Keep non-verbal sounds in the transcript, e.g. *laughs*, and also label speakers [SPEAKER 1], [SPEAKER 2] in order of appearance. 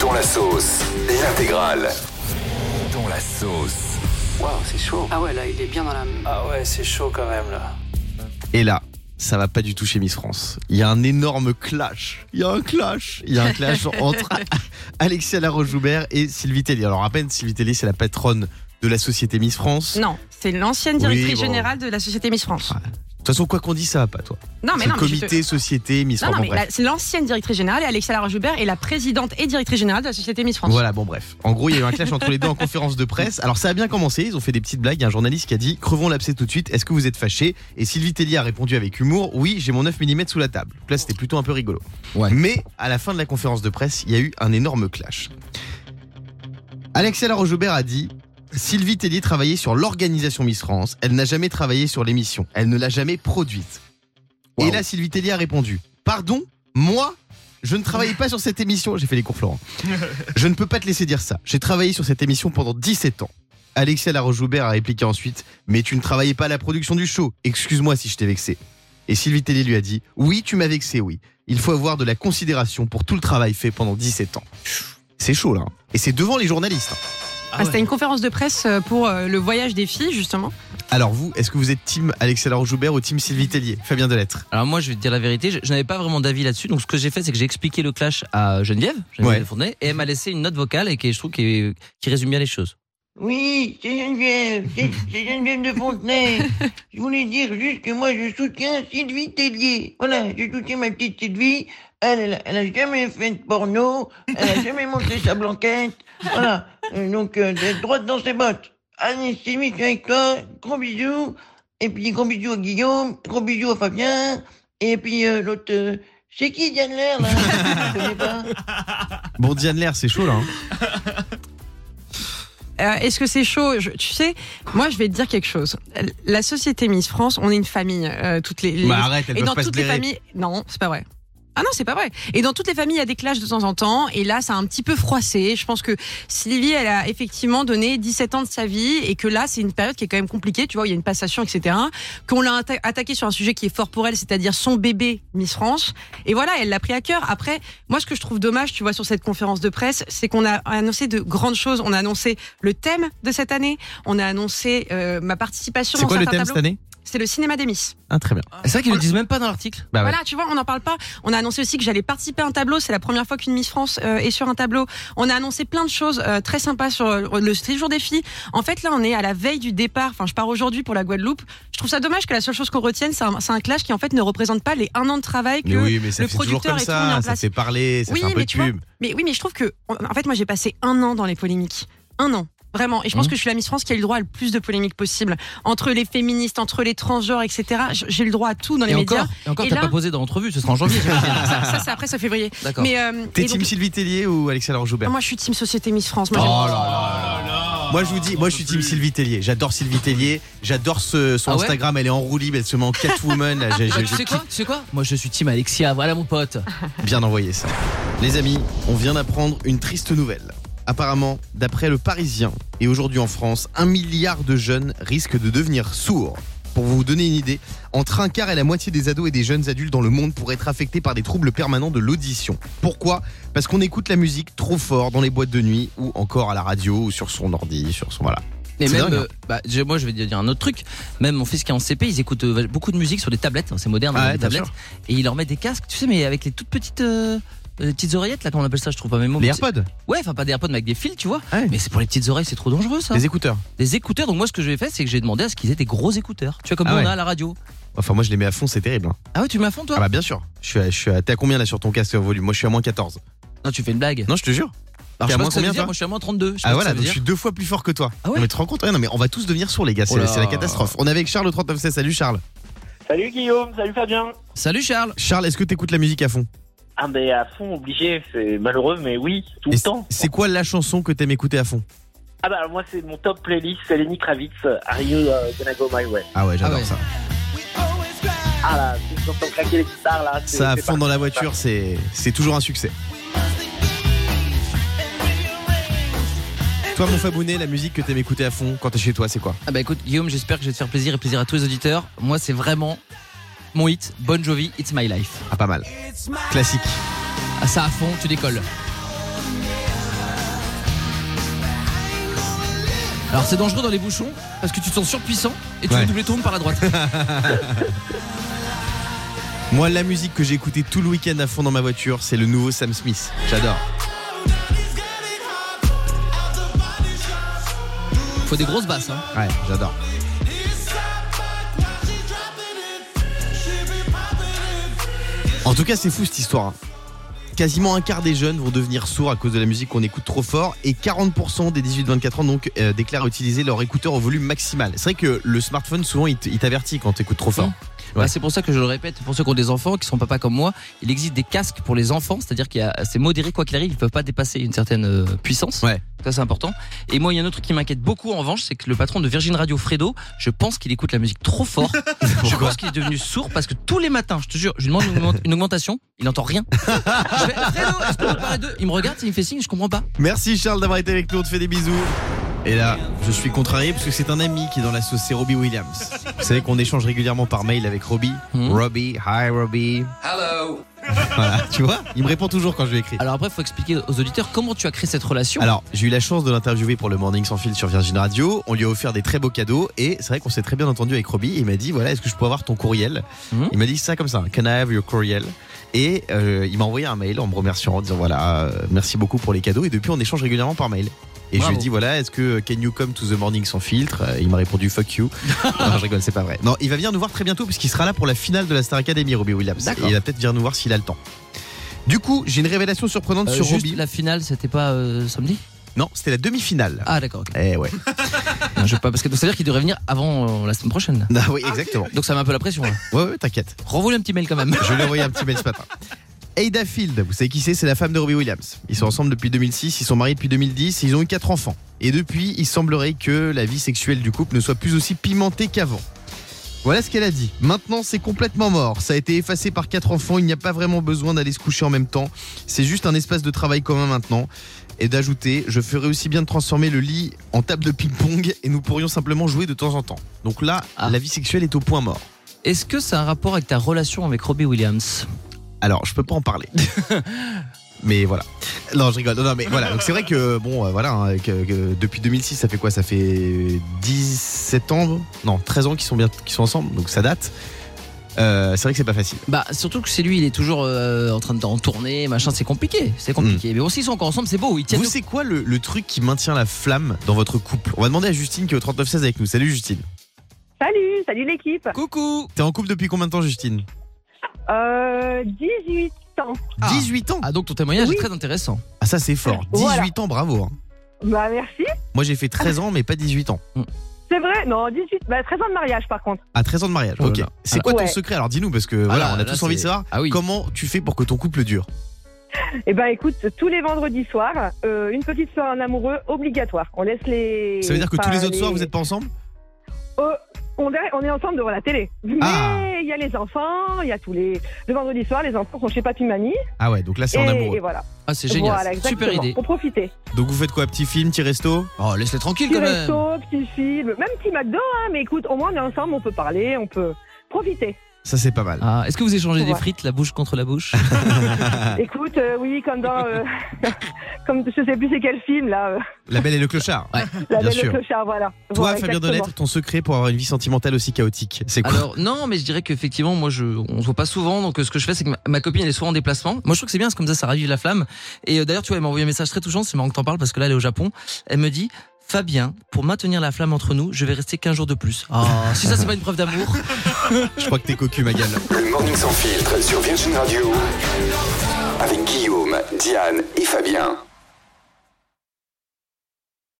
[SPEAKER 1] Dont la sauce, l'intégrale.
[SPEAKER 2] Dans la sauce.
[SPEAKER 3] Waouh, c'est chaud.
[SPEAKER 4] Ah ouais, là, il est bien dans la.
[SPEAKER 3] Ah ouais, c'est chaud quand même là.
[SPEAKER 5] Et là, ça va pas du tout chez Miss France. Il y a un énorme clash. Il y a un clash. Il y a un
[SPEAKER 6] *laughs*
[SPEAKER 5] clash entre Alexia Laroche-Joubert et Sylvie Tellier. Alors, à peine, Sylvie Tellier, c'est la patronne de la société Miss France.
[SPEAKER 6] Non, c'est l'ancienne
[SPEAKER 5] Oui,
[SPEAKER 6] directrice
[SPEAKER 5] bon.
[SPEAKER 6] générale de la société Miss France.
[SPEAKER 5] De toute façon, quoi qu'on dise, ça va pas, toi.
[SPEAKER 6] Non, mais
[SPEAKER 5] C'est
[SPEAKER 6] non, mais je te-
[SPEAKER 5] comité, société, Miss
[SPEAKER 6] Non,
[SPEAKER 5] France.
[SPEAKER 6] non,
[SPEAKER 5] bon,
[SPEAKER 6] mais
[SPEAKER 5] bref.
[SPEAKER 6] la- c'est l'ancienne directrice générale et Alexia Laroche-Joubert est la présidente et directrice générale de la société Miss France.
[SPEAKER 5] Voilà, bon bref. En gros, il y a eu un clash entre les deux en conférence de presse. Alors ça a bien commencé, ils ont fait des petites blagues. Il y a un journaliste qui a dit Crevons l'abcès tout de suite, est-ce que vous êtes fâchés Et Sylvie Tellier a répondu avec humour Oui, j'ai mon 9 mm sous la table. Donc là, c'était plutôt un peu rigolo.
[SPEAKER 2] Ouais.
[SPEAKER 5] Mais à la fin de la conférence de presse, il y a eu un énorme clash. Alexia Laroche-Joubert a dit Sylvie Tellier travaillait sur l'organisation Miss France, elle n'a jamais travaillé sur l'émission, elle ne l'a jamais produite. Et
[SPEAKER 2] Wow.
[SPEAKER 5] là, Sylvie Tellier a répondu Pardon, moi je ne travaillais pas sur cette émission. J'ai fait les cours Florent. Je ne peux pas te laisser dire ça. J'ai travaillé sur cette émission pendant 17 ans. Alexia Laroche-Joubert a répliqué ensuite Mais tu ne travaillais pas à la production du show. Excuse-moi si je t'ai vexé. Et Sylvie Tellier lui a dit Oui, tu m'as vexé, oui. Il faut avoir de la considération pour tout le travail fait pendant 17 ans. C'est chaud là. hein. Et c'est devant les journalistes. hein.
[SPEAKER 6] Ah, C'était une conférence de presse euh, pour euh, le voyage des filles, justement.
[SPEAKER 5] Alors vous, est-ce que vous êtes team Alexia Laroche-Joubert ou team Sylvie Tellier Fabien Delettre.
[SPEAKER 7] Alors moi, je vais te dire la vérité, je, je n'avais pas vraiment d'avis là-dessus. Donc ce que j'ai fait, c'est que j'ai expliqué le clash à Geneviève, Geneviève
[SPEAKER 5] Ouais.
[SPEAKER 7] de Fournay, et elle m'a laissé une note vocale et qui, je trouve, qui, qui résume bien les choses.
[SPEAKER 8] Oui, c'est Geneviève, c'est c'est Geneviève de Fontenay. Je voulais dire juste que moi je soutiens Sylvie Tellier. Voilà, je soutiens ma petite Sylvie. Elle, elle, a- elle a jamais fait de porno, elle a jamais monté sa blanquette. Voilà, Euh, donc euh, elle est droite dans ses bottes. Allez, Sylvie, je suis avec toi. Gros bisous. Et puis gros bisous à Guillaume, gros bisous à Fabien. Et puis euh, l'autre, euh, c'est qui Diane Lair là Je connais pas.
[SPEAKER 5] Bon, Diane Lair, c'est chaud là. hein.
[SPEAKER 6] Euh, Est-ce que c'est chaud Je- Tu sais, moi, je vais te dire quelque chose. La société Miss France, on est une famille. euh, toutes les, les-
[SPEAKER 5] Bah, arrête, elles
[SPEAKER 6] et
[SPEAKER 5] peuvent
[SPEAKER 6] dans
[SPEAKER 5] pas se
[SPEAKER 6] toutes les
[SPEAKER 5] blairer.
[SPEAKER 6] familles, non, c'est pas vrai. Ah non, c'est pas vrai. Et dans toutes les familles, il y a des clashs de temps en temps. Et là, ça a un petit peu froissé. Je pense que Sylvie, elle a effectivement donné 17 ans de sa vie. Et que là, c'est une période qui est quand même compliquée. Tu vois, il y a une passation, etc. Qu'on l'a atta- attaqué sur un sujet qui est fort pour elle, c'est-à-dire son bébé, Miss France. Et voilà, elle l'a pris à cœur. Après, moi, ce que je trouve dommage, tu vois, sur cette conférence de presse, c'est qu'on a annoncé de grandes choses. On a annoncé le thème de cette année. On a annoncé euh, ma participation
[SPEAKER 5] C'est
[SPEAKER 6] dans
[SPEAKER 5] quoi le
[SPEAKER 6] certains
[SPEAKER 5] thème cette
[SPEAKER 6] tableaux.
[SPEAKER 5] année
[SPEAKER 6] C'est le cinéma des Miss.
[SPEAKER 5] Ah, très bien.
[SPEAKER 7] C'est vrai qu'ils le disent même pas dans l'article.
[SPEAKER 5] Bah ouais.
[SPEAKER 6] Voilà, tu vois, on n'en parle pas. On a annoncé aussi que j'allais participer à un tableau. C'est la première fois qu'une Miss France euh, est sur un tableau. On a annoncé plein de choses euh, très sympas sur euh, le séjour des filles. En fait, là, on est à la veille du départ. Enfin, je pars aujourd'hui pour la Guadeloupe. Je trouve ça dommage que la seule chose qu'on retienne, c'est un, c'est un clash qui, en fait, ne représente pas les un an de travail que.
[SPEAKER 5] Mais oui, mais ça
[SPEAKER 6] le
[SPEAKER 5] fait toujours
[SPEAKER 6] producteur
[SPEAKER 5] comme
[SPEAKER 6] est tout mis en
[SPEAKER 5] ça, ça
[SPEAKER 6] place.
[SPEAKER 5] fait parler, ça
[SPEAKER 6] Oui,
[SPEAKER 5] fait un peu
[SPEAKER 6] mais
[SPEAKER 5] de
[SPEAKER 6] tu vois,
[SPEAKER 5] pub.
[SPEAKER 6] Mais oui, mais je trouve que. En fait, moi, j'ai passé un an dans les polémiques. Un an. Vraiment. Et je pense que je suis la Miss France qui a eu le droit à le plus de polémiques possible. Entre les féministes, entre les transgenres, etc. J- J'ai le droit à tout dans les
[SPEAKER 7] Et
[SPEAKER 6] médias.
[SPEAKER 7] encore, et encore,
[SPEAKER 6] Et
[SPEAKER 7] t'as
[SPEAKER 6] là- Ah,
[SPEAKER 7] pas posé dans l'entrevue, ce sera en janvier. j'imagine.
[SPEAKER 6] ça, ça, c'est après, ça février.
[SPEAKER 7] D'accord.
[SPEAKER 6] Mais. euh,
[SPEAKER 5] T'es
[SPEAKER 6] et donc-
[SPEAKER 5] team Sylvie Tellier ou Alexia Laroche-Joubert
[SPEAKER 6] Ah, Moi, je suis Team Société Miss France. Moi,
[SPEAKER 5] Oh
[SPEAKER 6] j'aime-
[SPEAKER 5] là là là là. Moi je vous dis, moi je suis team Sylvie Tellier. J'adore Sylvie Tellier. J'adore ce- son
[SPEAKER 7] Ah ouais
[SPEAKER 5] Instagram. Elle est en roue libre. Elle se met en Catwoman. là. J'ai-
[SPEAKER 7] Bah,
[SPEAKER 5] j'ai-
[SPEAKER 7] tu sais
[SPEAKER 5] j'ai
[SPEAKER 7] quoi Tu sais quoi Moi, je suis Team Alexia. Voilà mon pote.
[SPEAKER 5] bien envoyé ça. Les amis, on vient d'apprendre une triste nouvelle. Apparemment, d'après le Parisien et aujourd'hui en France, un milliard de jeunes risquent de devenir sourds. Pour vous donner une idée, entre un quart et la moitié des ados et des jeunes adultes dans le monde pourraient être affectés par des troubles permanents de l'audition. Pourquoi Parce qu'on écoute la musique trop fort dans les boîtes de nuit ou encore à la radio ou sur son ordi, sur son voilà.
[SPEAKER 7] Et
[SPEAKER 5] C'est
[SPEAKER 7] même,
[SPEAKER 5] dingue, hein.
[SPEAKER 7] euh, bah, je- moi, je vais te dire un autre truc. Même mon fils qui est en CP, ils écoutent euh, beaucoup de musique sur des tablettes. hein, C'est moderne,
[SPEAKER 5] Ah
[SPEAKER 7] hein,
[SPEAKER 5] ouais,
[SPEAKER 7] les
[SPEAKER 5] bien
[SPEAKER 7] tablettes.
[SPEAKER 5] sûr.
[SPEAKER 7] Et ils leur mettent des casques, tu sais, mais avec les toutes petites. euh, euh, petites oreillettes là, comment on appelle ça, je trouve pas mes mots.
[SPEAKER 5] Les
[SPEAKER 7] mais c'est-
[SPEAKER 5] AirPods,
[SPEAKER 7] Ouais, enfin pas des AirPods mais avec des fils, tu vois.
[SPEAKER 5] Ouais.
[SPEAKER 7] Mais c'est pour les petites oreilles, c'est trop dangereux ça.
[SPEAKER 5] les écouteurs.
[SPEAKER 7] Des écouteurs, donc moi ce que j'ai fait, c'est que j'ai demandé à ce qu'ils aient des gros écouteurs. Tu vois, comme
[SPEAKER 5] Ah
[SPEAKER 7] nous,
[SPEAKER 5] ouais.
[SPEAKER 7] on a à la radio.
[SPEAKER 5] Enfin, moi, je les mets à fond, c'est terrible. hein.
[SPEAKER 7] Ah ouais, tu me la fonds toi
[SPEAKER 5] Ah bah, bien sûr. Je suis à, je suis à- t'es à combien là sur ton casque au volume Moi, je suis à moins 14.
[SPEAKER 7] Non, tu fais une blague.
[SPEAKER 5] Non, je te jure.
[SPEAKER 7] Alors,
[SPEAKER 5] t'es
[SPEAKER 7] je
[SPEAKER 5] à
[SPEAKER 7] sais pas
[SPEAKER 5] moins
[SPEAKER 7] ce que ça veut
[SPEAKER 5] combien,
[SPEAKER 7] dire,
[SPEAKER 5] toi
[SPEAKER 7] moi je suis à moins 32. Je sais
[SPEAKER 5] Ah
[SPEAKER 7] pas
[SPEAKER 5] voilà,
[SPEAKER 7] ce que
[SPEAKER 5] donc
[SPEAKER 7] ça veut
[SPEAKER 5] je suis
[SPEAKER 7] dire.
[SPEAKER 5] deux fois plus fort que toi.
[SPEAKER 7] Ah ouais
[SPEAKER 5] Non, mais tu te rends compte Ouais, Non, mais on va tous devenir sourds, les gars. C'est
[SPEAKER 7] Oh là.
[SPEAKER 5] c'est la catastrophe. On est avec Charles, le 39C. Salut, Charles.
[SPEAKER 9] Salut Guillaume, salut Fabien.
[SPEAKER 7] Salut Charles
[SPEAKER 5] Charles, est-ce que t'écoutes la musique à fond
[SPEAKER 9] Ah ben à fond obligé, c'est malheureux mais oui, tout
[SPEAKER 5] Et
[SPEAKER 9] le
[SPEAKER 5] c'est-
[SPEAKER 9] temps.
[SPEAKER 5] C'est quoi la chanson que t'aimes écouter à fond
[SPEAKER 9] Ah bah alors moi c'est mon top playlist, c'est Lenny Kravitz, Are You euh, Gonna Go My Way.
[SPEAKER 5] Ah ouais, j'adore
[SPEAKER 7] Ah ouais.
[SPEAKER 5] ça.
[SPEAKER 9] Ah là, c'est quand on claquer les guitares là. c'est-
[SPEAKER 5] Ça à
[SPEAKER 9] c'est
[SPEAKER 5] fond dans
[SPEAKER 9] parti.
[SPEAKER 5] la voiture, c'est c'est toujours un succès. Toi, mon Fabounet, la musique que t'aimes écouter à fond quand t'es chez toi, c'est quoi
[SPEAKER 7] Ah bah écoute, Guillaume, j'espère que je vais te faire plaisir et plaisir à tous les auditeurs. Moi, c'est vraiment mon hit, Bon Jovi, It's My Life.
[SPEAKER 5] Ah, pas mal. Classique.
[SPEAKER 7] Ah, ça à fond, tu décolles. Alors c'est dangereux dans les bouchons parce que tu te sens surpuissant et tu
[SPEAKER 5] Ouais.
[SPEAKER 7] veux doubler ton rond par la
[SPEAKER 5] *laughs*
[SPEAKER 7] droite.
[SPEAKER 5] Moi, la musique que j'ai écoutée tout le week-end à fond dans ma voiture, c'est le nouveau Sam Smith. J'adore.
[SPEAKER 7] Faut des grosses basses. Hein.
[SPEAKER 5] Ouais, j'adore. En tout cas, c'est fou cette histoire. hein. Quasiment un quart des jeunes vont devenir sourds à cause de la musique qu'on écoute trop fort et 40% des 18-24 ans donc euh, déclarent utiliser leur écouteur au volume maximal. C'est vrai que le smartphone souvent il t- il t'avertit quand t'écoutes trop fort.
[SPEAKER 7] Oui.
[SPEAKER 5] Ouais.
[SPEAKER 7] Bah, c'est pour ça que je le répète, pour ceux qui ont des enfants, qui sont papas comme moi, il existe des casques pour les enfants, c'est-à-dire qu'il y a, c'est modéré quoi qu'il arrive, ils peuvent pas dépasser une certaine euh, puissance.
[SPEAKER 5] Ouais.
[SPEAKER 7] Ça c'est important. Et moi, il y a un autre truc qui m'inquiète beaucoup en revanche, c'est que le patron de Virgin Radio, Fredo, je pense qu'il écoute la musique trop
[SPEAKER 5] *laughs*
[SPEAKER 7] fort. je pense qu'il est devenu sourd parce que tous les matins, je te jure, je lui demande une, augmente- une augmentation, il n'entend
[SPEAKER 5] *laughs*
[SPEAKER 7] rien. je fais, Fredo, est-ce qu'on peut parler d'eux Il me regarde, il me fait signe, je comprends pas.
[SPEAKER 5] Merci Charles d'avoir été avec nous, on te fait des bisous. Et là, je suis contrarié parce que c'est un ami qui est dans la sauce, c'est Robbie Williams. Vous savez qu'on échange régulièrement par mail avec Robbie.
[SPEAKER 7] Mhm.
[SPEAKER 5] Robbie, hi Robbie.
[SPEAKER 2] Hello.
[SPEAKER 5] Voilà, tu vois, il me répond toujours quand je lui écris.
[SPEAKER 7] Alors après, faut expliquer aux auditeurs comment tu as créé cette relation.
[SPEAKER 5] Alors, j'ai eu la chance de l'interviewer pour le Morning Sans Fil sur Virgin Radio. On lui a offert des très beaux cadeaux et c'est vrai qu'on s'est très bien entendu avec Robbie. Il m'a dit voilà, est-ce que je peux avoir ton courriel
[SPEAKER 7] Mhm.
[SPEAKER 5] Il m'a dit ça comme ça Can I have your courriel Et euh, il m'a envoyé un mail en me remerciant en disant voilà, euh, merci beaucoup pour les cadeaux. Et depuis, on échange régulièrement par mail. Et je lui ai
[SPEAKER 7] Bravo.
[SPEAKER 5] dit voilà est-ce que euh, can you come to the morning sans filtre Euh, Il m'a répondu fuck
[SPEAKER 7] *laughs*
[SPEAKER 5] you. non, je rigole c'est pas vrai. Non il va venir nous voir très bientôt puisqu'il sera là pour la finale de la Star Academy Robbie Williams.
[SPEAKER 7] D'accord.
[SPEAKER 5] Et il va peut-être venir nous voir s'il a le temps. Du coup j'ai une révélation surprenante
[SPEAKER 7] Euh,
[SPEAKER 5] sur
[SPEAKER 7] juste,
[SPEAKER 5] Robbie.
[SPEAKER 7] la finale, c'était pas euh, samedi
[SPEAKER 5] Non c'était la demi-finale.
[SPEAKER 7] Ah d'accord. ok.
[SPEAKER 5] Eh ouais.
[SPEAKER 7] Non, je veux pas parce que donc, ça veut dire qu'il devrait venir avant euh, la semaine prochaine.
[SPEAKER 5] Ah oui, exactement.
[SPEAKER 7] Donc ça met un peu la pression. *laughs* là.
[SPEAKER 5] Ouais, ouais, t'inquiète.
[SPEAKER 7] Renvoie-lui un petit mail quand même.
[SPEAKER 5] Je lui ai envoyé un petit mail ce matin. Ada Field, vous savez qui c'est C'est la femme de Robbie Williams. Ils sont ensemble depuis 2006, ils sont mariés depuis 2010, ils ont eu quatre enfants. Et depuis, il semblerait que la vie sexuelle du couple ne soit plus aussi pimentée qu'avant. Voilà ce qu'elle a dit. Maintenant, c'est complètement mort. Ça a été effacé par quatre enfants. Il n'y a pas vraiment besoin d'aller se coucher en même temps. C'est juste un espace de travail commun maintenant. Et d'ajouter, je ferais aussi bien de transformer le lit en table de ping-pong et nous pourrions simplement jouer de temps en temps. Donc là,
[SPEAKER 7] Ah.
[SPEAKER 5] la vie sexuelle est au point mort.
[SPEAKER 7] Est-ce que ça a un rapport avec ta relation avec Robbie Williams
[SPEAKER 5] Alors, je peux pas en parler. *laughs* Mais voilà. Non, je rigole. Non, non, mais voilà. Donc, c'est vrai que, bon, euh, voilà, hein, que- que depuis 2006, ça fait quoi Ça fait 17 ans Non, 13 ans qu'ils sont, bien, qu'ils sont ensemble, donc ça date. Euh, c'est vrai que c'est pas facile.
[SPEAKER 7] Bah surtout que c'est lui, il est toujours euh, en train de en tourner, machin, c'est compliqué, c'est compliqué. Mais bon, s'ils sont encore ensemble, Hmm. c'est beau, ils tiennent.
[SPEAKER 5] Vous, c'est quoi le, le truc qui maintient la flamme dans votre couple On va demander à Justine qui est au 3916 avec nous. Salut Justine.
[SPEAKER 4] Salut, salut l'équipe.
[SPEAKER 7] Coucou
[SPEAKER 5] T'es en couple depuis combien de temps, Justine
[SPEAKER 4] Euh, 18 ans.
[SPEAKER 7] Ah.
[SPEAKER 5] 18 ans
[SPEAKER 7] Ah donc ton témoignage
[SPEAKER 4] Oui.
[SPEAKER 7] est très intéressant.
[SPEAKER 5] Ah, ça, c'est fort. 18
[SPEAKER 4] Voilà.
[SPEAKER 5] ans, bravo. hein.
[SPEAKER 4] Bah merci.
[SPEAKER 5] Moi, j'ai fait 13 ans, mais pas 18 ans.
[SPEAKER 4] C'est vrai, non, 18, bah 13 ans de mariage par contre.
[SPEAKER 5] À 13 ans de mariage.
[SPEAKER 7] Oh là
[SPEAKER 5] ok.
[SPEAKER 7] là.
[SPEAKER 5] C'est quoi ton
[SPEAKER 4] Ouais.
[SPEAKER 5] secret Alors, dis-nous, parce que voilà,
[SPEAKER 7] là,
[SPEAKER 5] on a
[SPEAKER 7] là,
[SPEAKER 5] tous envie de
[SPEAKER 7] c'est-
[SPEAKER 5] savoir.
[SPEAKER 7] Ah oui.
[SPEAKER 5] Comment tu fais pour que ton couple dure
[SPEAKER 4] Eh ben écoute, tous les vendredis soirs, euh, une petite soirée en amoureux obligatoire. On laisse les.
[SPEAKER 5] Ça veut dire que tous
[SPEAKER 4] enfin,
[SPEAKER 5] les autres soirs, vous n'êtes pas ensemble
[SPEAKER 4] Euh, on, est, on est ensemble devant la télé. Mais il
[SPEAKER 5] Ah.
[SPEAKER 4] y a les enfants, il y a tous les. Le vendredi soir, les enfants sont chez papy mamie.
[SPEAKER 5] Ah ouais, donc là, c'est en
[SPEAKER 4] et,
[SPEAKER 5] amoureux.
[SPEAKER 4] et voilà.
[SPEAKER 7] Ah c'est génial,
[SPEAKER 4] Voilà, exactement.
[SPEAKER 7] super idée.
[SPEAKER 4] Pour profiter.
[SPEAKER 5] Donc vous faites quoi Petit film, petit resto
[SPEAKER 7] Oh laisse-les tranquilles
[SPEAKER 4] Petit
[SPEAKER 7] quand même.
[SPEAKER 4] resto, petit film, même petit McDo, hein, mais écoute, au moins on est ensemble, on peut parler, on peut profiter.
[SPEAKER 5] Ça, c'est pas mal.
[SPEAKER 7] Ah, est-ce que vous échangez des
[SPEAKER 4] Ouais.
[SPEAKER 7] frites la bouche contre la bouche
[SPEAKER 5] Ah.
[SPEAKER 4] Écoute, euh, oui, comme
[SPEAKER 5] *laughs*
[SPEAKER 4] dans. euh, *laughs* comme je sais plus c'est quel film, là. euh,
[SPEAKER 5] La belle et le clochard.
[SPEAKER 4] la
[SPEAKER 5] Bien
[SPEAKER 4] belle et
[SPEAKER 5] sûr.
[SPEAKER 4] le clochard, voilà.
[SPEAKER 5] Toi,
[SPEAKER 4] Voilà,
[SPEAKER 5] Fabien
[SPEAKER 4] exactement.
[SPEAKER 5] Donette, ton secret pour avoir une vie sentimentale aussi chaotique, c'est quoi
[SPEAKER 7] Alors non, mais je dirais qu'effectivement, moi, je, on se voit pas souvent, donc euh, ce que je fais, c'est que ma, ma copine elle est souvent en déplacement. Moi, je trouve que c'est bien, c'est comme ça, ça ravive la flamme. Et euh, d'ailleurs, tu vois, elle m'a envoyé un message très touchant. C'est marrant que t'en parles parce que là, elle est au Japon. Elle me dit. Fabien, pour maintenir la flamme entre nous, je vais rester 15 jours de plus. Ah, si ça c'est pas une preuve d'amour.
[SPEAKER 5] Je crois que t'es cocu, ma gueule.
[SPEAKER 1] Le Morning Sans Filtre sur Virgin Radio. Avec Guillaume, Diane et Fabien.